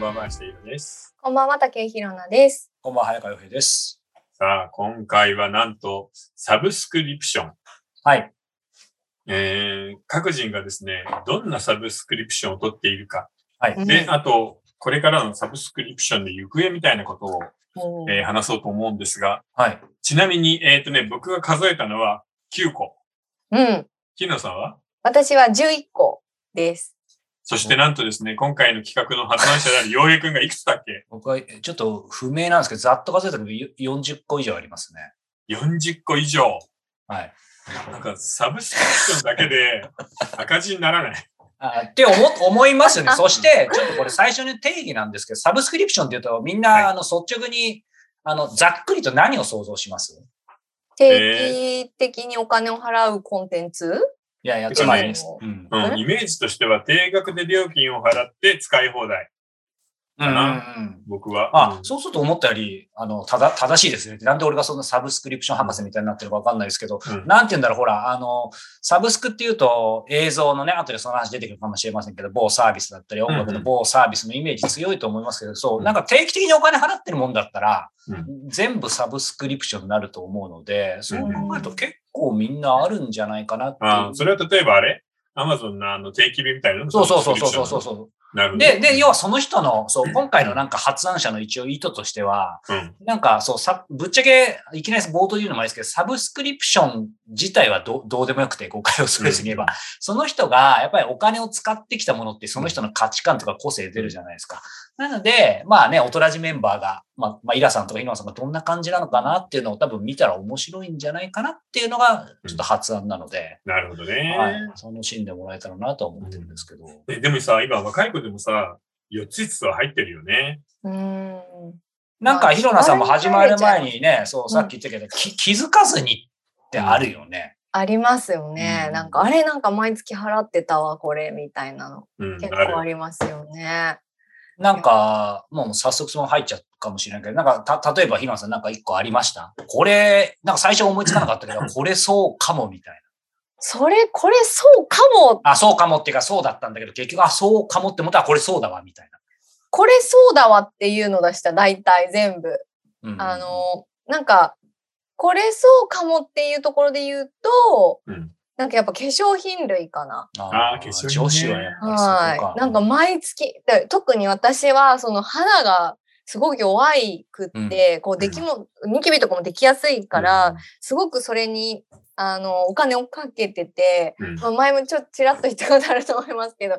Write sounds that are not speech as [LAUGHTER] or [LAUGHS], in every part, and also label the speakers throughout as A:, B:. A: ばんは、しているです。
B: こんばんは、竹井ひろなです。
C: こんばんは、早川洋平です。
A: さあ、今回はなんと、サブスクリプション。
C: はい。
A: えー各人がですね、どんなサブスクリプションを取っているか。
C: はい。
A: で、あと、これからのサブスクリプションの行方みたいなことを、
B: うん
A: えー話そうと思うんですが、
C: はい。
A: ちなみに、えっ、とね、僕が数えたのは9個。
B: うん。
A: 木野さんは
B: 私は11個です。
A: そしてなんとですね、今回の企画の発案者である洋平くんがいくつだっけ
C: 僕は、えちょっと不明なんですけど、ざっと数えたらよ40個以上ありますね。
A: ?40 個以上。
C: はい。
A: なんか、サブスクリプションだけ
C: [LAUGHS]
A: で赤字にならない。
C: あって [LAUGHS] 思、思いますよね。そして、ちょっとこれ最初の定義なんですけど、サブスクリプションっていうと、みんな、
A: はい
C: あの、率直に、あの、ざっくりと何を想像します
B: 定期的にお金を払うコンテンツ
C: いやいや、
A: て
C: つ
A: か
C: ま
A: ね
C: り
A: で
C: です。
B: う
C: う
A: う
C: ん。
B: うん
A: ん、イメージとしては定額で料金を払って使い放題。
C: うんうんうん
A: 僕は。
C: あ
A: う、ん
C: そうすると思ったより、あの、ただ、正しいですね。なんで俺がそんなサブスクリプション博士みたいになってるかわかんないですけど、
A: うん
C: なんて言うんだろう、ほら、あの、サブスクっていうと映像のね、後でその話出てくるかもしれませんけど、某サービスだったり、音楽の某サービスのイメージ強いと思いますけど、そうう、
A: ん
C: なんか定期的にお金払ってるもんだったら、
A: う
C: 全部サブスクリプションになると思うので、そう考えると結構みんなあるんじゃないかなっていう。
A: あそれは例えばあれアマゾンのあの定期便みたいなの
C: そうそうそうそうそうそう
A: う。
C: そう。
A: なるほど
C: で、で、要はその人の、そう、今回のなんか発案者の一応意図としては、
A: うん
C: なんかそう、さぶっちゃけ、いきなり冒頭で言うのもあれですけど、サブスクリプション自体はどうどうでもよくて誤解を恐れずに言えば、その人がやっぱりお金を使ってきたものってその人の価値観とか個性出るじゃないですか。なので、まあね、おとらじメンバーが、まあ、まあ、イラさんとかヒノさんがどんな感じなのかなっていうのを多分見たら面白いんじゃないかなっていうのが、ちょっと発案なので、
A: なるほどね、
C: はい、楽しんでもらえたらなとは思ってるんですけど。
A: で。でもさ、今若い子でもさ、4つ5つは入ってるよね。
B: うん。
C: なん
B: ま
C: か、
B: あ
C: ヒロナさんも始まる前にね、
B: う
C: そう、さっき言ったけど、き気づかずにってあるよね。
B: ありますよね。
C: うん
B: なんか、あれなんか毎月払ってたわ、これ、みたいなの。
A: うん、
B: 結
A: あ
B: 構あ
A: る。
B: りますよね。
C: なんか、もう早速その入っちゃうかもしれないけど、なんか、た、例えばヒロナさんなんか一個ありましたこれ、なんか最初思いつかな
B: [LAUGHS]
C: かったけど、これそうかもみたい
B: それ、これ、そうかも。
C: な。あ、そうかもっていうか、そうだったんだけど、結局、あ、そうかもって思ったら、これそうだわ、みたい
B: これ、そうだわっていうの出した、大体全部。
C: な。うん
B: あ、の、なんか、これそうかもっていうところで言うと、
A: うん
B: なんかやっぱ化粧品類かな。
A: あー化粧品ね
C: 女子はやっぱりそう
B: は
C: か。
B: い。なんか毎月、で特に私はその肌がすごく弱いくって、こうできも、ニキビとかもできやすいから、すごくそれに、あの、お金をかけてて、
A: うん
B: まあ前もちょっとちらっと言ったことあると思いますけど、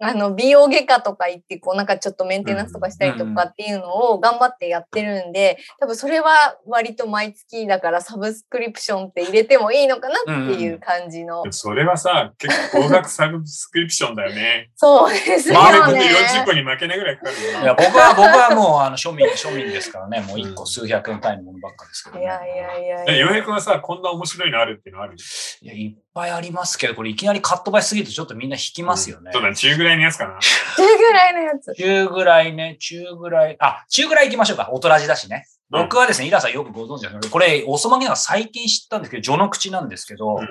B: あの、美容外科とか行って、こうなんかちょっとメンテナンスとかしたりとかっていうのを頑張ってやってるんで、多分それは割と毎月だからサブスクリプションって入れてもいいのかなっていう感じの。。
A: でもそれはさ、結構高額サブスクリプションだよね
B: そうです
C: まあ
A: 丸
B: よ
A: ごと
B: ね。
A: 40個に負けないぐらいかかるよ
C: いや、
A: な。
C: 僕は、僕はもう、あの、庶民、庶民ですからね、もう一個数百円単位のものばっかですけど、
B: い
C: ね。
B: やいやいやいや
A: え、洋平くんはさ、こんな面白いのあるっていうのある
C: いや、いっぱいありますけど、これいきなりカットバイすぎるとちょっとみんな引きますよね。
A: そうだね、中ぐらいのやつかな。
B: それぐらいのやつ。
C: 中ぐらいね、中ぐらい、あ、中ぐらい行きましょうか。大人じだしね。
A: うん
C: 僕はですね、イラさんよくご存知なんですけど、これ、おそまげながら最近知ったんですけど、序の口なんですけど、
A: うん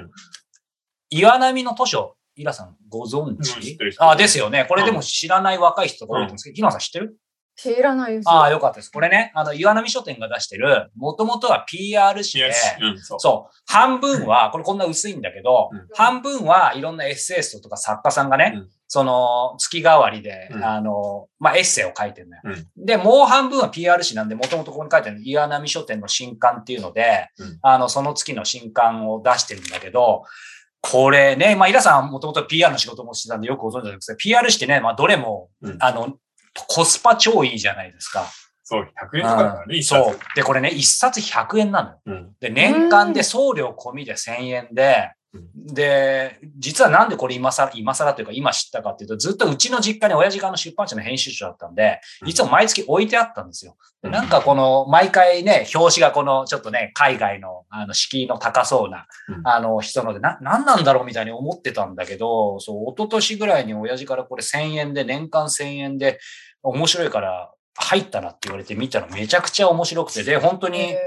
C: 岩波の図書、イラさんご存
A: うん
C: 知、
A: 知ってる知ってる
C: あ、ですよね。これでも知らない若い人が多いと思うんですけど、イラさん知ってる
B: 知らないです。
C: ああ、よかったです。これね、あの、岩波書店が出してる、もともとは PR 誌
A: いや
C: で、
A: うん、そう。
C: そう、半分は、これこんな薄いんだけど、
A: うん
C: 半分はいろんなエッセイストとか作家さんがね、
A: うん
C: その月替わりで、
A: うん
C: あの、まあ、エッセイを書いてるのよ、
A: う
C: で、もう半分は PR 誌なんで、もともとここに書いてある岩波書店の新刊っていうので、
A: うん
C: あの、その月の新刊を出してるんだけど、これね、まあ、イラさんもともと PR の仕事もしてたんでよくご存知なんですけど、PR 誌ってね、まあ、どれも、
A: うん
C: あの、コスパ超いいじゃないですか。
A: そう、100円とかだからね、
C: うん
A: 一冊
C: そう。で、これね、一冊100円なのよ。
A: うん。
C: で、年間で送料込みで1000円で、
A: うん
C: で、実はなんでこれ今さら、今更というか今知ったかっていうと、ずっとうちの実家に親父があの出版社の編集長だったんで、
A: うん
C: いつも毎月置いてあったんですよ。
A: う
C: で
A: ん
C: なんかこの、毎回ね、表紙がこの、ちょっとね、海外の、あの、敷居の高そうな
A: う、ん
C: あの、人ので、な、なんなんだろうみたいに思ってたんだけど、そう、一昨年ぐらいに親父からこれ1000円で、年間1000円で、面白いから入ったなって言われて見たらめちゃくちゃ面白くて、で、本当に、
B: へ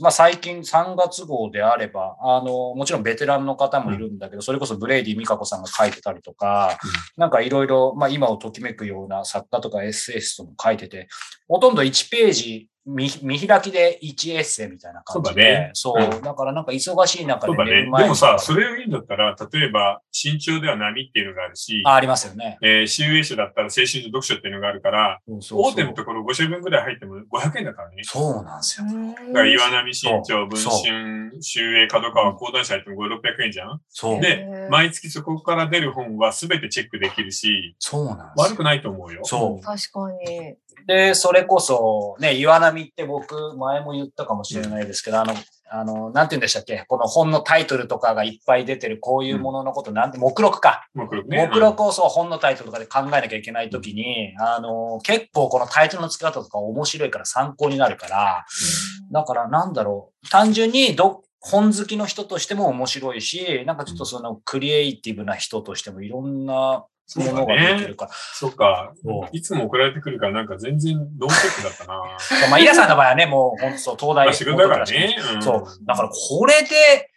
C: まあ、最近3月号であれば、あの、もちろんベテランの方もいるんだけど、それこそブレイディ・ミカコさんが書いてたりとか、なんかいろいろ、まあ今をときめくような作家とかエッセイストも書いてて、ほとんど1ページ見見開きで1エッセイみたいな感じで。
A: うだね
C: そう。だからなんか忙しい中
A: そ
C: で
A: うだ
C: 寝
A: ね。
C: る前
A: で
C: に
A: もさ、それを言うんだったら、例えば、身長では波っていうのがあるし、
C: あありますよね。
A: えー、集英社だったら青春の読書っていうのがあるから、
C: そうそうそう
A: 大手のところ5社分ぐらい入っても500円だからね。
C: そうなんですよ。
A: だから
B: ん
A: 岩波新潮、文
C: そう
A: 春、集英、角川、講談社入っても5、600円じゃん
C: そう。
A: で
B: へー、
A: 毎月そこから出る本は全てチェックできるし、
C: そうなんです
A: 悪
C: よ。
A: くないと思うよ。
C: そう。
B: 確かに。
C: で、それこそ、ね、岩波って僕、前も言ったかもしれないですけど、あの、あの、なんて言うんでしたっけこの本のタイトルとかがいっぱい出てる、こういうもののこと、なんて、目録か。
A: 目録ね。
C: 目録をそう、本のタイトルとかで考えなきゃいけないときに、あの、結構このタイトルの付け方とか面白いから参考になるから、だからなんだろう、単純にど、本好きの人としても面白いし、なんかちょっとそのクリエイティブな人としてもいろんな
A: そう
C: もの
A: だ
C: ができ
A: ね
C: る。から。
A: そうか
C: そう。
A: いつも送られてくるからなんか全然ノンチェックだったな。
C: まあ、イラさんの場合はね、もう本当そう、東大
A: まあ仕事だからね。ん
C: そう。だからこれで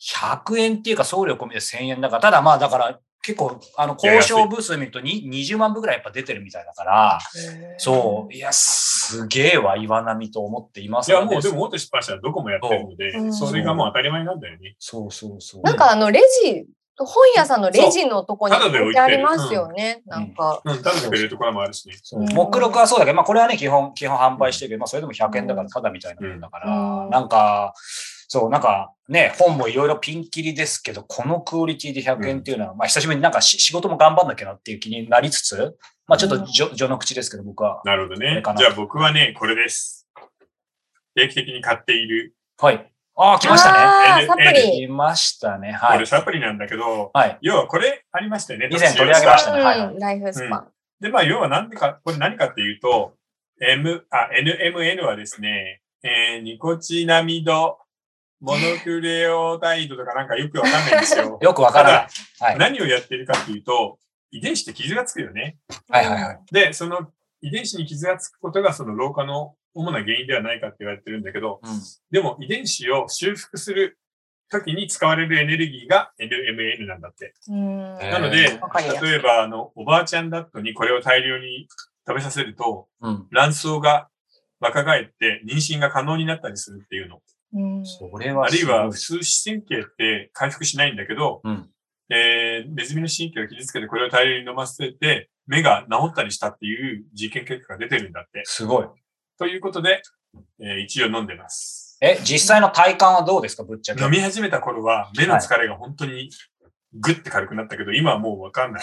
C: 100円っていうか送料込みで1000円だから、ただまあだから結構あの
A: いや
C: 交渉部数見るとに20万部ぐらいやっぱ出てるみたいだから、そう、いや、すげえわ、岩波と思っていま
A: い
C: すが
A: や、もうでも大手出版社はどこもやってるので、
B: そう
A: それがもう当たり前なんだよね。
C: そうそうそう。
B: なんかあのレジ、本屋さんのレジのとこに
A: そう
B: 置いてありますよね。
C: タダ
B: な
C: で置いてる
B: んか。
A: うん、食べてくれるところもあるしね。
C: そう
B: うん
C: 目録はそうだけど、まあこれはね、基本、基本販売してるけど、まあそれでも100円だからただみたいなもんだから、
B: うん
C: なんか、そう、なんかね、本もいろいろピンキリですけど、このクオリティで100円っていうのは、まあ久しぶりになんかし仕事も頑張んなきゃなっていう気になりつつ、まあちょっと序序の口ですけど、僕は。
A: なるほど
C: こ
A: ね
C: れか。な
A: じゃあ僕はね、これです。定期的に買っている。
C: はい。ああ、来ました
B: あー
A: え
B: サプ
C: ね。
B: リ。
C: 来ましたね。
A: こ
C: はい
A: れ。サプリなんだけど、
C: はい。
A: 要はこれありましたよね。
C: 以前取り上げましたねはいはい。
B: うんライフスパン。。
A: で、まあ、要は何でか、これ何かっていうと、M、あ、NMN はですね、えーニコチナミド、モノクレオタイドとかなんかよくわかんないんですよ
C: よくわからない。はい。
A: 何をやってるかっていうと、遺伝子って傷がつくよね。
C: はいはいはい
A: で、その遺伝子に傷がつくことがその老化の主な原因ではないかって言われてるんだけど、
C: うん
A: でも遺伝子を修復する時に使われるエネルギーが NMN なんだって。
B: うん
C: えー
A: なので
B: わかりや、すい
A: 例えばあの、おばあちゃんだったにこれを大量に食べさせると、
C: うん。
A: 卵巣が若返って妊娠が可能になったりするっていうの。
B: うん
C: それ
A: あ
C: は
A: るい
C: すごい、
A: は普通視神経って回復しないんだけど、
C: うん。
A: えーネズミの神経を傷つけてこれを大量に飲ませて、目が治ったりしたっていう実験結果が出てるんだって。
C: すごい。
A: ということで、えー一応飲んでます。
C: え、実際の体感はどうですか、ぶっちゃけ
A: 飲。み始めた頃は目の疲れが本当にグッて軽くなったけど、今はもうわかんない。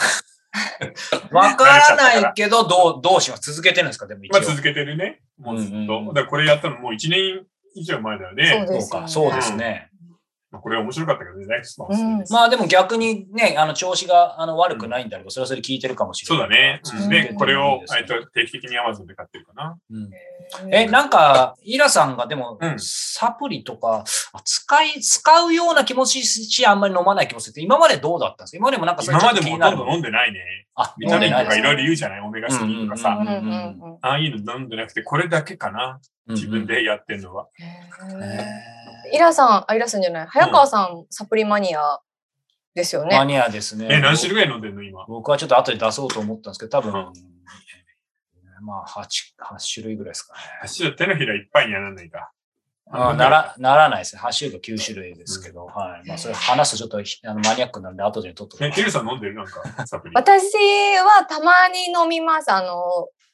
C: わからないけど、どう、どうします続けてるんですかでも一
A: まあ
C: 応。
A: 続けてるね。もうずっ
C: うんうん
A: と。だからこれやったのもう1年以上前だよ
B: そう
A: ね。
B: ですよね
C: そうか、そうですね。
A: まあこれは面白かったけどね、ライフスパンはそうです
C: まあでも逆にね、あの、調子があの悪くないんだろうそれはそれ聞いてるかもし
A: そ
C: れ
A: う
C: な
A: だ
C: い。
A: ね。
C: 続
A: う
C: け
A: ん
C: てる
A: で、これを、
C: い
A: え
C: い
A: っ
C: ですね
A: と、定期的に Amazon で買ってるかな。
C: うんえ、
B: え
C: なんか、イラさんがでも
A: う、ん
C: サプリとか、あ使い、使うような気持ちし、あんまり飲まない気持ちって、今までどうだったんですか今までもなんかそれ
A: 今までも
C: ち
A: ほ
C: ょっと
A: とんど飲んでないね。
C: あ、
A: ビタミンと
B: 飲んでな
A: か
B: い
A: いろいろ言うじゃないオメガ3とか
C: う
A: さ。
C: んうん
A: ああいうの飲んでなくて、これだけかな。自分でやってるのは。
C: うん。
B: イラさん、あ、イラさんじゃない。早川さん、サプリマニアですよ
C: マ
B: ね。
C: ニアですね。
A: え、何種類ぐらい飲んでんの今。
C: 僕はちょっと後で出そうと思ったんですけど、多分、
A: うん
C: まあ8、8種類ぐらいですかね。
A: 足を手のひらいっぱいにやらないか。
C: あ
A: うん
C: ならならないですね。8種類か9種類ですけど、はい。まあ、それ話すとちょっとひあのマニアックなんで、後で取っとく
A: え、テルさん飲んでるなんか、サプリ。
B: 私はたまに飲みます。あの、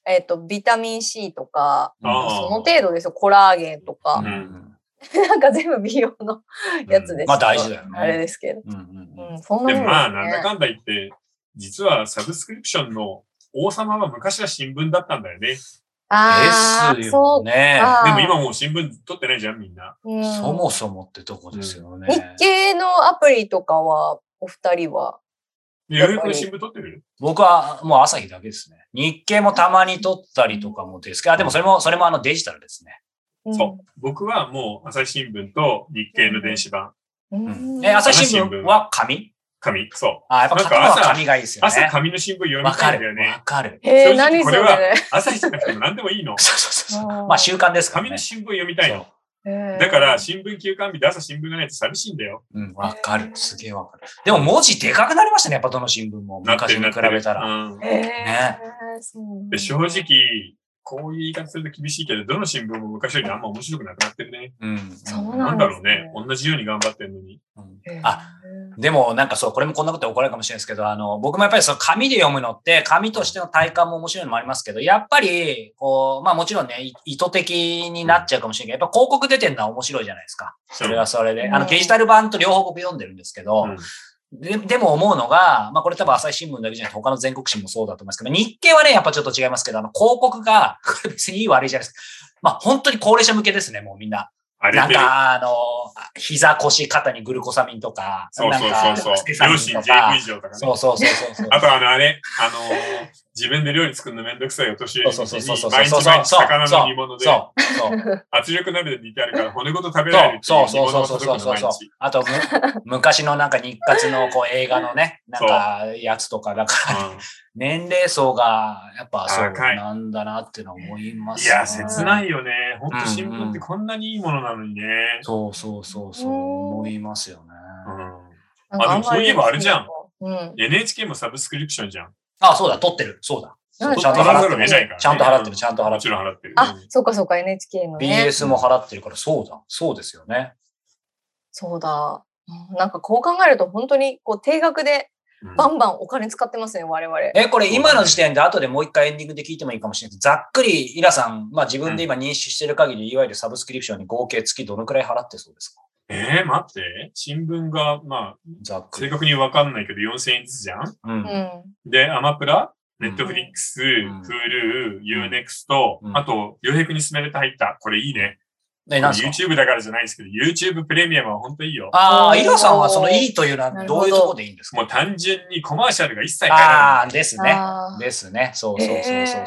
B: えっ、と、ビタミン C とか、
A: あー
B: その程度ですよ。コラーゲンとか
C: うん。
B: [LAUGHS] なんか全部美容のやつですけど、
C: まあ大事だよね
B: あれですけど。
C: うんうんう
B: う
C: ん
B: ん、そん
A: で
B: なもん
A: も
B: ね
A: まあ、なんだかんだ言って、実はサブスクリプションの王様は昔は新聞だったんだよね。
B: あー
C: です
B: そ
C: よ
B: う
C: ね。
B: か。
A: でも今もう新聞取ってないじゃん、みんな。
B: うん、
C: そもそもってとこですよね。
B: 日経のアプリとかは、お二人は。
A: でようやく新聞取ってる
C: 僕はもう朝日だけですね。日経もたまに取ったりとかもですけど、あでもそれも、それもあのデジタルですね。
A: そ僕はもう朝日新聞と日経の電子版、
B: うん。
C: うん
B: うん
C: え、朝日新聞は紙
A: 紙、そう。
C: あ、やっぱ買ったの
A: なんか
C: は
A: 朝
C: 紙がいいですよ
A: 朝
C: ね。
A: 紙の新聞読み
C: わか
A: たいんだ
C: る
A: よ。ね
C: わ。かる。。
A: 正
B: え
A: 直
B: ー、何そ
A: これは
B: れ
A: [LAUGHS] 朝日じゃなくても何でもいいの
C: そうそうそうそうう。
B: ん
C: まあ習慣ですから
A: 紙
C: ね
A: の。新聞読みたいの。
C: そう
A: だか
B: へ
A: ら、
B: ー、
A: 新聞休刊日で朝新聞がないと寂しいんだよ。
C: うん、わかる。すげえわかる。でも文字でかくなりましたね、やっぱどの新聞も。
A: なって
C: 昔
A: る
C: に
A: なっ
C: 比
A: てる
C: べたら。
A: うん
B: え
C: ね
B: ーそう
A: で正直、こういう言い方すると厳しいけど、どの新聞も昔よりあんま面白くなくなってるね。
C: うん。
B: そう
A: な
B: なんん
A: だ
B: で
A: ろ
B: す
A: う
B: ね
A: ね。同じように頑張ってるのに。
C: うん
B: へー
C: あ、でもなんかそう、これもこんなこと怒られるかもしれないですけど、あの、僕もやっぱりその紙で読むのって、紙としての体感も面白いのもありますけど、やっぱり、こう、まあもちろんね、い意図的になっちゃうかもしれないけど、やっぱ広告出てるのは面白いじゃないですか。それはそれで。あの、
B: うん
C: デジタル版と両方僕読んでるんですけど、
A: うん
C: ででも思うのが、まあこれ多分朝日新聞だけじゃなくて他の全国紙もそうだと思いますけど、日経はね、やっぱちょっと違いますけど、あの広告が、これ別にいい悪いじゃないですか。まあ本当に高齢者向けですね、もうみんな。
A: あれ
C: なん
A: で、
C: か、あの、膝、腰、肩にグルコサミンとか、
A: そうそうそうそう
C: なんかセサミ
A: 両
C: ンと
A: 親 JP
C: か
A: 以上とかね。
C: そうそうそうそうそう。
A: あとあの、あれ、あのー、自分で料理作るのめんどくさいお年寄りに
C: そうそうそうそう
A: 毎
C: そう
A: 日
C: そ
A: 毎
C: う
A: 日
C: そう
A: 魚の煮物で
C: そうそう
A: 圧力鍋で煮てあるから骨ごと食べられるってい
C: そうう
A: 煮
C: そう
A: 物
C: そ
A: を
C: うそ
A: 届
C: うそう
A: くの
C: そう
A: 毎
C: そう
A: 日。。
C: あとむ、昔のなんか日活のこう映画のね、なんかやつとか、だから、
A: うん
C: 年齢層がやっぱそう
A: 高い
C: なんだなっていうのは思いま
A: い
C: すね
A: や、切ないよね。ほんと新
C: うんう
A: 聞
C: ん
A: ってこんなにいいものなのにね。
C: そうそうそうそう、
B: うん
C: 思いますよね。
A: うん
B: なんか
A: あでもそういえばあれじゃん
B: あんまり。うん。
A: NHK もサブスクリプションじゃん。
C: あ、そうだ、撮ってる。そうだ。
B: なんで
C: ちゃんと払ってる
A: 取らざるを得ないからね
C: ちゃんと払ってる、ちゃんと払
A: も
C: っ
A: ち
C: て
A: ろ
C: る。
A: ん払ってる。
B: あ、そうかそうか、NHK のね。
C: BS も払ってるから、そうだ。そうですよね。
B: そうだ。うんなんかこう考えると本当にこう定額で
A: うん
B: バンバンお金使ってますね、我々。
C: え、これ今の時点で後でもう一回エンディングで聞いてもいいかもしれないけど、ざっくり、イラさん、まあ自分で今認識してる限り、いわゆるサブスクリプションに合計月どのくらい払ってそうですか
A: えー、待って。新聞が、まあ、
C: ざっく
A: 正
C: り。
A: 確にわかんないけど4000円ずつじゃん。
C: う。
B: うんん。
A: で、アマプラ、
C: う
A: ネ
C: ん
A: ットフリックス、
C: ん
A: Hulu、Unext、
C: うん
A: あと、洋平君に勧められて入った。これいいね。
C: え、なんですか
A: YouTube だからじゃないですけど、YouTube プレミアムは本当いいよ。
C: ああ、
B: おー
C: イラさんはそのいいというのは
B: なる
C: どう
B: ほど
C: いうところでいいんです
A: も
C: か
A: う単純にコマーシャルが一切入ら
C: あ
A: な
C: あ、
A: い。
C: ですね。
B: あー
C: ですね。そうそうそうそうそう
B: へー。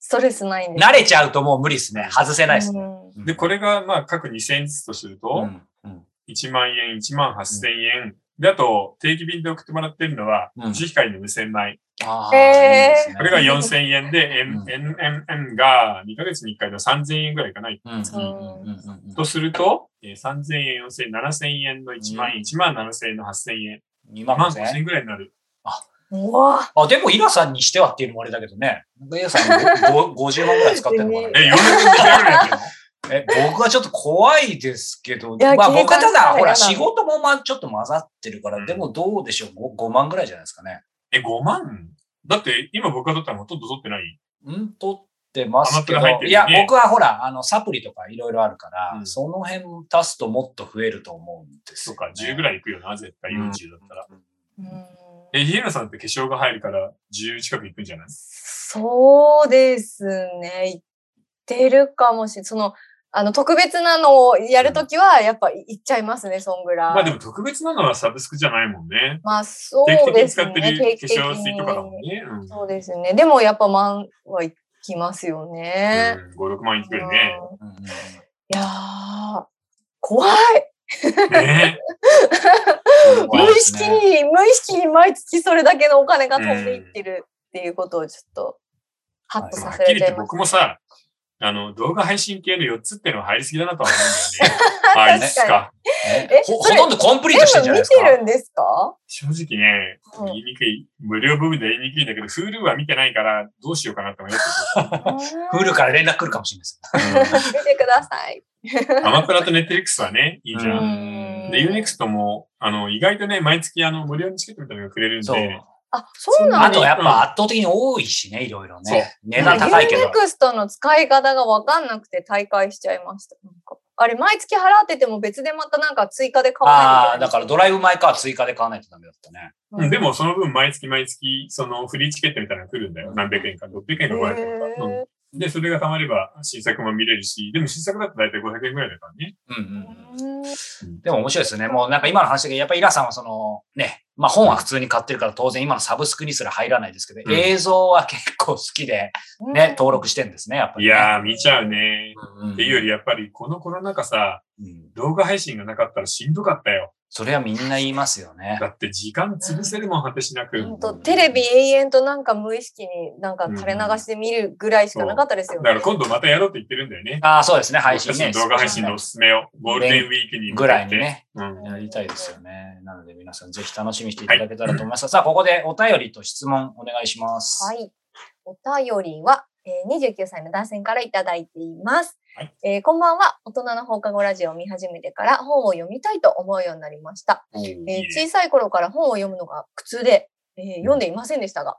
B: ストレスないんです。
C: 慣れちゃうともう無理ですね。外せないですね。
B: うん
A: で、これが、まあ、各2000円ずつとする
C: う
A: と、
C: ん、うん
A: 1万円、1万8000円。で、あと、定期便で送ってもらってるのは、
C: うん
A: コシヒカリの無線米。
C: あ
B: へー
C: ーいいですね
A: これが4000円で、
C: うん
A: MMM が2ヶ月に1回の3000円ぐらいかない。
C: うんうんうんうんうんうん
A: とすると、えー3000円、4000円、7000円の1万円、1万7000円の8000円。
C: 2
A: 1
C: 万
A: 万5000
C: 5000円
A: 円ぐらいになる。
B: うわ
C: あ、でも、イラさんにしてはっていうのもあれだけどね。なんかイラさんごご50万ぐらい使ってるのか
A: え、400
C: な
A: 円ぐらいやってるの
C: え、僕はちょっと怖いですけど、
B: いや
C: まあ
B: 計算
C: 僕はた
B: した
C: だ、
B: ら
C: ほら、
B: 嫌だ
C: 仕事もまあちょっと混ざってるから、
A: うん
C: でもどうでしょう 5, 5万ぐらいじゃないですかね。
A: え、5万だって、今僕が取ったのほとんど取ってない
C: うん、取ってますけ
A: あ
C: ど、
A: また入ってる
C: いや、
A: ね
C: 僕はほら、あの、サプリとかいろいろあるから、
A: うん
C: その辺足すともっと増えると思うんです
A: そ
C: よ、
A: う
C: ね。
A: か、10ぐらいいくよな、絶対40だったら。
B: ーうん
A: え、ヒエナさんって化粧が入るから10近くいくんじゃない
B: そうですね。言ってるかもしれない。その、あの、特別なのをやるときは、やっぱ行っちゃいますね、そんぐらい。
A: まあでも特別なのはサブスクじゃないもんね。
B: まあ、そ
A: 定期的
B: うで
A: に
B: す
A: 使
B: ね。
A: ってる化粧
B: 定期的
A: 水
B: に
A: とかだもんね。うん
B: そうですね。でもやっぱ万は行きますよね。
A: うん5、6万いくよね。
B: う
C: うんうんう
B: ん
C: ん
B: いやー、怖い。
A: ね
B: 無
C: 怖いで
B: 意
C: す
B: 識
C: ね
B: に、無意識に毎月それだけのお金が飛んでいってるっていうことをちょっと、ハッと
A: でも
B: さ
A: はっ
B: せ
A: き
B: ら
A: り
B: れ
A: 言っ
B: ちゃい
A: て
B: ま
A: 僕
B: す。
A: もさ、あの、動画配信系の4つってのは入りすぎだなとは思うんだよね。
B: [LAUGHS]
A: ああ、いつか。
C: え
B: えそ
C: ほほ
B: れ
C: とんどコンプリートして
B: 全
C: んじ
B: 部
C: ゃな
B: 見て。
C: いですか
B: るんですか
A: 正直ね、
B: うん
A: 言いにくい。無料部分で言いにくいんだけど、Hulu は見てないから、どうしようかなって思って
C: フルから連絡来るかもしれないです。
B: 見てください。
A: る。アマプラと Netflix はね、いいじゃ。
B: うんん
A: で、Unext も、あの、意外とね、毎月あの、無料のチケットみたいなのがくれるん
C: そう。
A: で、
B: あ、そうな
C: あ
B: ん
C: と
B: だ。
C: やっぱ圧倒的に多いしね、いろいろね。値
A: う
C: 段高いけ
B: ユ
C: ど
B: ーネ。クストの使い方が分かんなくて大会しちゃいました。なんかあれ、毎月払ってても別でまたなんか追加で買わ
C: あ
B: ないとい
C: あー、だ
B: け
C: か
B: ない
C: らドライブ・マイ・カー追加で買わないとダメだったね。
A: うんでもその分毎月毎月、そのフリーチケットみたいなのが来るんだよ。何百円か、600円か500円か。うん
B: へー
A: で、それが貯まれば新作も見れるし、でも新作だと大体500円ぐらいだからね。
C: うんうんうん。
B: うん
C: でも面白いですね。もうなんか今の話だけど、やっぱりイラさんはそのね、まあ本は普通に買ってるから当然今のサブスクにすら入らないですけど、
A: うん
C: 映像は結構好きでね、登録してんですね、やっぱ
A: い
C: り、ね。
A: やー、見ちゃうね。
C: うん、
A: っていうより、やっぱりこのコロナ禍さ、
C: うん
A: 動画配信がなかったらしんどかったよ。
C: それはみんな言いますよね
A: だ。って時間潰せるもん、果てしなく。
B: 本当テレビ永遠となんか無意識になんか垂れ流して見るぐらいしかなかったですよ
A: だ
B: ね。
A: から今度またやろうって言ってるんだよね。
C: ああ、そうですね、配信
A: 私
C: ね。
A: の動画配信のおすすめを、ゴールデンウィークに向けて
C: ぐらいにね、
A: うん。
C: やりたいですよね。なので皆さんぜひ楽しみにしていただけたらと思います。さあ、ここでお便りと質問お願いします。
B: はい。お便りは、えー、29歳の男性からいただいています。
A: はい
B: えーこんばんは。大人の放課後ラジオを見始めてから本を読みたいと思うようになりました。えー
A: いいね
B: 小さい頃から本を読むのが苦痛で、えー読んでいませんでしたが、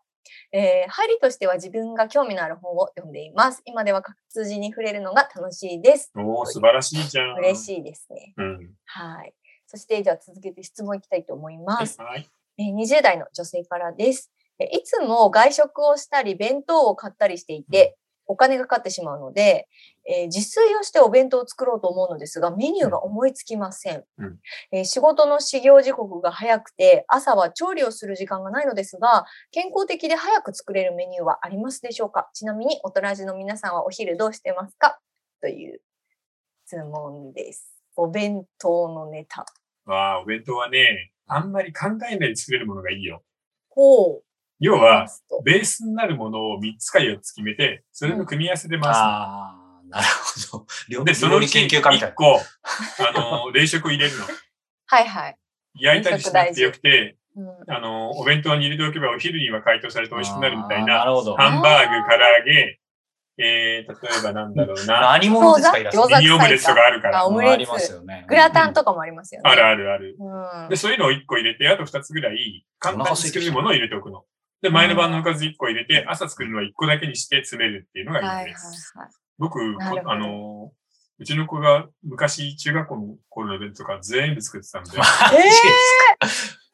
B: えー入りとしては自分が興味のある本を読んでいます。今では活字に触れるのが楽しいです。
A: おー、素晴らしいじゃん。
B: 嬉
A: い。
B: しいですね。
A: うん。
B: はい。そして、じゃあ続けて質問いきたいと思います。
A: はい。
B: えー20代の女性からです。えーいつも外食をしたり、弁当を買ったりしていて、お金がかかってしまうので、えー自炊をしてお弁当を作ろうと思うのですが、メニューが思いつきません。
A: うん
B: えー仕事の始業時刻が早くて、朝は調理をする時間がないのですが、健康的で早く作れるメニューはありますでしょうかちなみに、大人じの皆さんはお昼どうしてますかという質問です。お弁当のネタ。
A: わあ、お弁当はね、あんまり考えないで作れるものがいいよ。
B: ほう。
A: 要は、
B: と
A: ベースになるものを3つか4つ決めて、それの組み合わせで回すの。
C: ああ、なるほど。料
A: で、その
C: 料
A: う
C: 理
A: ち
C: 研究家みたい
A: 1個、あの、冷 [LAUGHS] 食を入れるの。
B: はいはい。
A: 焼いたりしなくてよく
C: [LAUGHS]
A: て、
B: うん
A: あの、お弁当に入れておけばお昼には解凍されて美
C: な。
A: 味しくなるみたい
C: あーな
A: な。
C: るほど。
A: ハンバーグ、唐揚げ、えー、例えばなんだろうな、
C: 何者ですか、イ
B: 餃
C: ラ
B: 子
C: スト。
A: ミニオムレツとかあるか
B: あ
A: ら。
B: オムレツ
C: ありますよね。
B: グラタンとかもありますよね。
A: あるあるある。
B: うん
A: で、そういうのを1個入れて、あと2つぐらい、簡単に作れるものを入れておくの。で、前の晩のおかず1個入れて、朝作るのは1個だけにして詰めるっていうのが
B: はい
A: い
B: はい
A: で
B: はい
A: す。。僕、こ
B: なるほど
A: あの、うちの子が昔中学校の頃のイベントとか全部作ってたんで、
C: マジ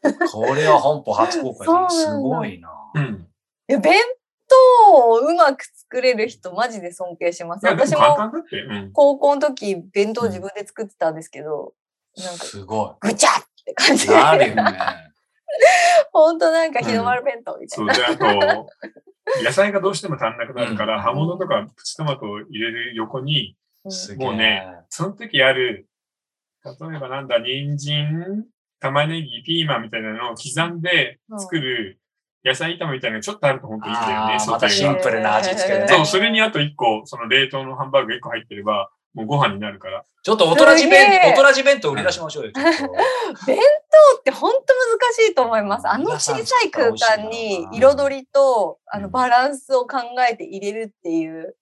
C: ですかこれは本邦初公開だな
B: そう
C: す
B: なんだ
C: ごいな。
A: うん。
B: いや弁当をうまく作れる人、マジで尊敬しま
A: い
B: す。
A: や、でも
B: 私
A: 簡
B: も
A: 単だって。うん。
B: 高校の時、弁当自分で作ってたんですけど、なんか、
C: すご
B: ぐちゃって感じ
C: い。
B: で、
C: なるよね。
B: ほんとなんか日の丸弁当みたい
A: そ
B: な。
A: うで、あ
B: [LAUGHS]
A: と、野菜がどうしても足んなくなるか
C: うん
A: ら、葉物とかプチトマトを入れる横に、
B: うん
C: す
A: もうねその時ある、例えばなんだ、人参、玉ねぎ、ピーマンみたいなのを刻んで作る野菜炒めみたいなのがちょっとあると本当いいんだよ
C: あ
A: ね、
C: ー
A: ソ
C: ま
A: テ
C: た
A: ー
C: シ
A: が
C: ンプルな味付けで
B: へー
A: そ
C: ね
A: う、。それにあと1個、その冷凍のハンバーグが1個入ってれば、もうご飯になるから。
C: ちょっと大人じ
B: すげ
C: 弁
B: え
C: 当、大人じ弁当売り出しましょうよ。ちょ
B: [LAUGHS]
C: っと
B: そうって本当難しいと思います。あの小さい空間に彩りとあのバランスを考えて入れるっていう。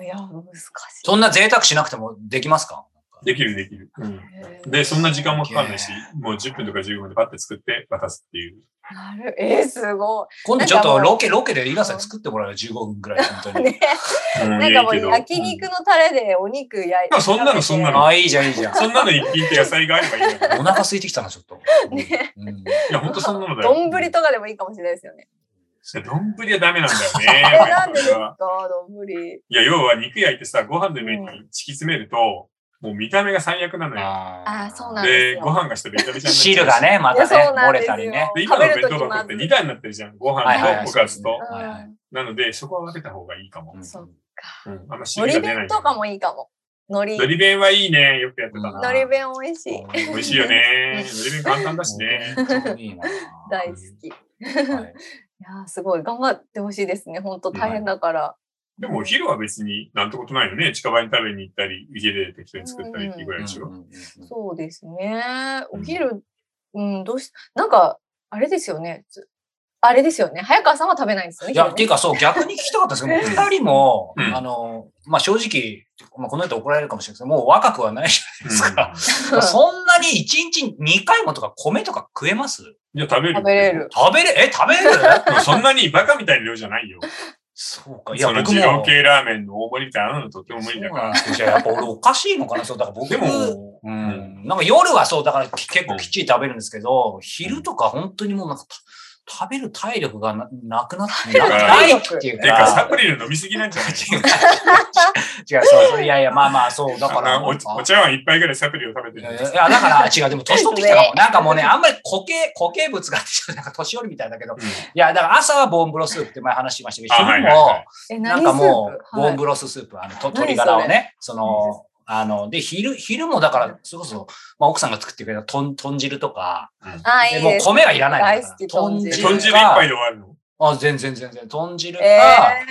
B: いや、難しい。
C: そんな贅沢しなくてもできますか
A: できるできる。うん
B: へー
A: で、そんな時間もかかんないし、もう10分とか15分でパッて作って渡すっていう。
B: なるえー、すご
C: 今度ちょっとロケ、ロケでイラさんに作ってもらうよ、15分
B: [LAUGHS]
C: くらい。本当
B: い。
C: に。
B: ね、
A: うん
B: なんかもう
A: いいけど
B: 焼肉のタレでお肉焼い
A: まあそんなのそんなの
C: あ、いいじゃん、いいじゃん。
A: そんなの一品って野菜があればいいんだから。
C: お腹空いてきたな、ちょっと。
B: [LAUGHS] ね
C: うん
A: いや、ほんとそんなのだよ。
B: 丼とかでもいいかもしれないですよね。
A: いや丼はダメなんだよね。
B: [LAUGHS] え、なんでです
A: やっぱり
B: か丼。
A: いや、要は肉焼いてさ、ご飯の上に敷き詰めると、もう見た目が最悪なのよ。
C: あ
B: あーそうなんだ
A: で
B: よ
A: ご飯がしてべちゃべちゃになっちゃうし
C: 汁が。ね、また
B: いやそう
C: ね、
B: な
C: 漏
B: んです
C: れ
B: よ
C: たりね。
A: で、今のお弁
B: 食べる
A: 当
B: とき
A: 箱って
B: まずい
A: 2段になってるじゃん。ご
C: はいはいは
A: 飯
C: い
A: とおかずと。
C: はいはい
A: なので、そこは分けた方がいいかも。
B: そっか。
A: うん、あんま
B: 海
A: 汁
B: 苔
A: が出な
B: 弁
A: い。
B: とかもいいかも。海
A: の
B: 苔。
A: り弁はいいね。よくやってた
C: うん
A: な。
B: 海苔弁美味しい。
A: 美味しいよ。ね。のり弁簡単だしね。
C: いいな。
B: 大好き。い [LAUGHS]
C: はい
B: やーすごい。頑張ってほしいですね。本当大変だから。
A: でもお昼は別になんてことないよね。近場に食べに行ったり、家で適当に作ったりっていうぐらいでしょ。
C: うんうんうん
B: そうですね。
A: う
B: お
A: ん
B: 昼、うん、どうし、なんか、あれですよね。つあれですよね。早川さんは食べないんですよね。
C: いや、
B: 昼
C: っていうか、そう、逆に聞きたかったんですけど、二人も、
A: うん
C: あの、まあ、正直、まあ、この人怒られるかもしれないですけど、もう若くはないじゃないですか。
B: [LAUGHS] うん
C: そんなに一日2回もとか米とか食えます
A: うんいや、食べる。
B: 食べれ。る。
C: 食べれ、え、食べれ
B: [LAUGHS]
C: る
A: そんなにバカみたいな量じゃないよ。
C: そうか、いや、
A: その
C: 僕
A: 二郎
C: も。
A: 系ラーメンの大盛りみたいなのとても無
C: そう
A: 理だか
C: な
A: ら
C: んで。すよじゃあやっぱ俺おかしいのかな、そう、だから僕
A: でも、
C: う
A: うん
C: ん、なんか夜はそう、だからき結構きっちり食べるんですけど、昼とか本当にもうなんかた食べる体力がななくなって、な
A: 力が
C: ないっていう
A: てか、サ
C: か、
A: プリの飲みすぎなんじゃない
C: 違う、 [LAUGHS] 違うそうそう、いやいや、まあまあ、そう、 [LAUGHS] だか
A: あ
C: ら、
A: のおお茶碗一杯ぐらいサプリを食べて
C: い
A: る
C: や
A: ん
C: い
A: で
C: や
A: す
C: いや、だから、違
A: [LAUGHS]
C: う、でも年取ってきたかも。なんかもうね、あんまり固形、固形物が [LAUGHS] あって、なんか年寄りみたいだけど、いや、だから朝はボーンブロスープって前話しましたけど、
A: あはいは
C: 昼
A: いは
C: も
A: い、
B: え、
C: な
B: 何
C: ん
B: スー
C: か
B: プ
C: もう、ボ
B: は
C: ーン
B: い
C: ブロススープ、あの、と
B: 何
C: 鶏ガラをね、その、あの、で、昼、昼もだから、それこそ、まあ、奥さんが作ってくれた豚豚汁とか、
B: ああ、
C: で
B: いい
C: もう
B: です。
C: 米がいらない
B: 大
C: ん
B: 好
C: だから
B: き、豚汁。
C: 豚
A: 豚汁一杯で終わるの。
C: あ、全然全然。豚汁か、
B: え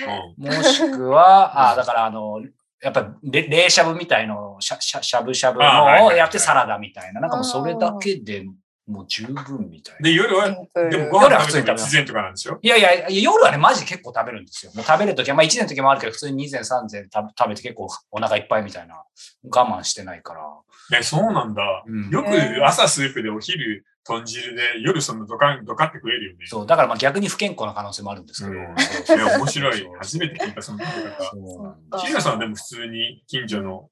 A: う
B: ー
C: もしくは、あ、だからあの、やっぱりれ冷しゃぶみたいのをしゃしゃしゃぶしゃぶ
A: あはいはい
C: の
A: は
C: を
A: い
C: やってサラダみたいな。なんかもうそれだけでもう十分みたい
A: ん
C: な。
A: で、夜
B: シ
A: は、
B: ンプル
A: でもご
C: 夜は
A: 飯
C: 普
A: 食
C: 通
A: べて
C: に食べま
A: も
C: す
A: 一膳とかなんでしょ
C: いやいや、夜はね、マジで結構食べるんですよ。もう食べるときは、まあ1年の時もあるけど、普通に2膳3膳食べ食べて結構お腹いっぱいみたいな。我慢してないから。
A: え、そうなんだ。
C: うん
A: よ
B: へー
A: く朝スープでお昼豚汁で夜そのドカン、ドカって食えるよね。
C: そう、だからまあ逆に不健康な可能性もあるんですけど。
A: うん
C: そう
A: いや、面白い
C: そう。
A: 初めて聞いた、その食べ方。
C: そうなん
B: そ
C: だ
B: っか
A: シーラさんはでも普通に近所の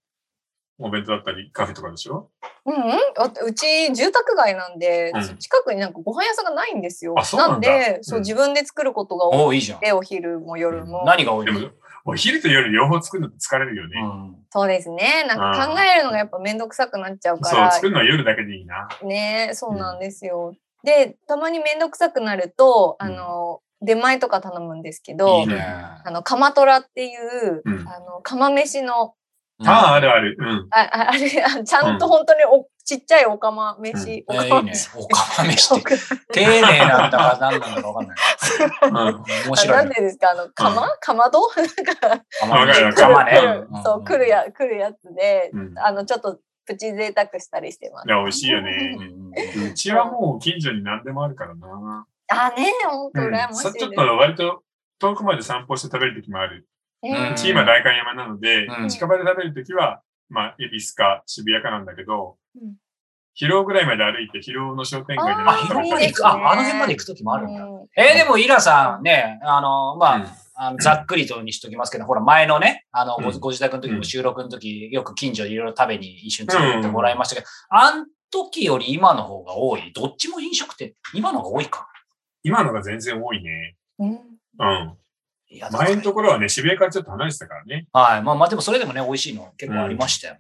A: お弁当だったり、カフェとかでしょ
B: うんうんあ、うち住宅街なんで、
A: うん
B: 近くになんかご飯屋さんがないんですよ。
A: あそうなんだ
B: で、そ
A: う
B: う
A: ん
B: 自分で作ることが多
C: おーいいじゃん
B: く。て、お昼も夜も。
C: 何が多い
A: で
C: の
A: も、お昼と夜両方作るのって疲れるよね。
C: うん
B: そうですね。なんか考えるのがやっぱめんどくさくなっちゃうか
A: そう、
B: ら、
A: 作るのは夜だけでいいな。
B: ねそうなんですよ。でたまにめんどくさくなるとあの、出前とか頼むんですけど
C: いいね。
B: あのカマトラっていう、
A: うん
B: あの釜飯の
C: うん
A: ああ、あるある。うん。
B: あああ [LAUGHS] れあちゃんと本当にお、ちっちゃいお釜飯、
C: え
B: お
C: ーい
B: 釜
C: いね
B: 飯。。
C: おかま
B: [LAUGHS]
C: 飯って、丁寧なんだか何なんだかわかんない。 [LAUGHS]
A: うん
C: 面
B: あ
C: 白
B: ないん
C: ね。
B: でですかあの釜、釜戸なんか
C: か
A: わかるわかる
C: 釜ね
B: 来る。そう来る。や来るやつで、
A: うん
B: あのちょっとプチ贅沢したりしてます
A: い。や、美味しいよ
C: う
A: ね
C: ん。うん
A: うちはもう近所に何でもあるからな。
B: あね本当
A: うん
B: 羨ましい
A: さ
B: です
A: ちょっと。割と遠くまで散歩して食べる時もある。
B: え
C: う
A: うんち今代官山なので、
C: うん
A: 近場で食べる時は、まあ、恵比寿か渋谷かなんだけど
B: うん、
A: 広尾ぐらいまで歩いて広尾の商店街で
C: あ、
A: なんか
C: 広
A: 食べ
C: 尾ま
A: たり
C: で行
A: とか
C: く。あ、あの辺まで行くときもあるんだ。
B: う
C: えー、でも、イラさんね、あの、ま
A: うん
C: あ、あのざっくりとにしときますけど、ほら、前のね、あの、ご
A: うん
C: ご自宅の時
A: う
C: も
A: ん
C: 収録の時、よく近所でいろいろ食べに一緒に連れてってもらいましたけど、あん時より今の方が多い。どっちも飲食店、今の方が多いか。
A: 今のが全然多いね。
B: うん
A: うん。
C: いやだから
A: 前のところはね、渋谷からちょっと離れてたからね。
C: はい。まあまあ、でもそれでもね、美味しいの結構ありましたよね。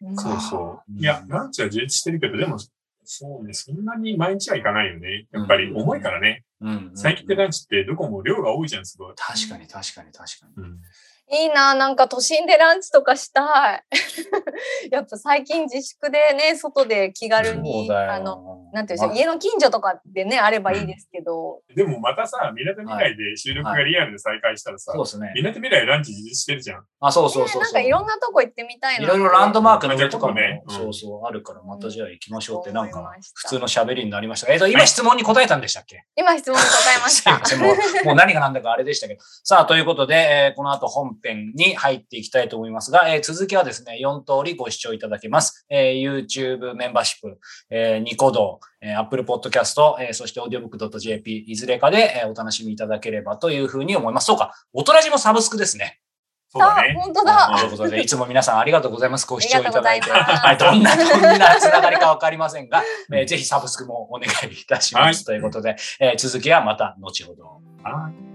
B: うん
C: そ
A: そ
C: っ
A: う
C: か。
A: そう。
C: うん
A: いや、ランチは充実してるけど、でも、そうね、そんなに毎日は行かないよね。やっぱり
C: うん
A: 重いからね。
C: うんうんうん
A: 最近ってランチってどこも量が多いじゃん、すごい。
C: 確かに確かに確かに。
A: うん、
B: いいな、なんか都心でランチとかしたい。 [LAUGHS] やっぱ最近自粛でね、外で気軽に、あの、
C: の
B: なんていうんでしょう、家の近所とかでね、あればいいですけど、
A: でもまたさ、みなとみらいで収録がリアルで再開したらさ
C: そう、ですね
A: み。なとみらいランチ充実してるじゃん。
C: あ、そうそう
B: ね
C: そう
B: なん
C: そ
B: か
C: う。
B: いろんなとこ行ってみたいな。
C: いろいろランドマークの上とかも、
A: まあじゃあ今度ね
C: そううんそうあるから、またじゃあ行きましょうって、
B: うん
C: なん
B: 思
C: か
B: いました
C: 普通の喋りになりましたが。えっと、
A: は
C: 今
A: い
C: 質問に答えたんでしたっけ
B: 今質問に答えま
C: [LAUGHS]
B: した。
C: すいませんもうもう何が何だかあれでしたけど。さあ、ということで、えーこの後本編に入っていきたいと思いますが、えー続きはですね、4通りご視聴いただけます。えー YouTube メンバーシップ、えーニコ動、えー Apple Podcast、えーそして audiobook.jp、いずれかで、えーお楽しみいただければというふうに思います。そうか、おとらじもサブスクですね。
A: そうだ
B: あ
A: ね。
B: 本当
C: うん
B: だ。
C: ということで、いつも皆さ [LAUGHS] んありがとうございます。ご視聴いただいて。
B: ありがとうございます
C: はい、どんな、どんなつながりかわかりませんが、えーぜひサブスクもお願いいたします。ということで、えー続きはまた後ほど。
A: はい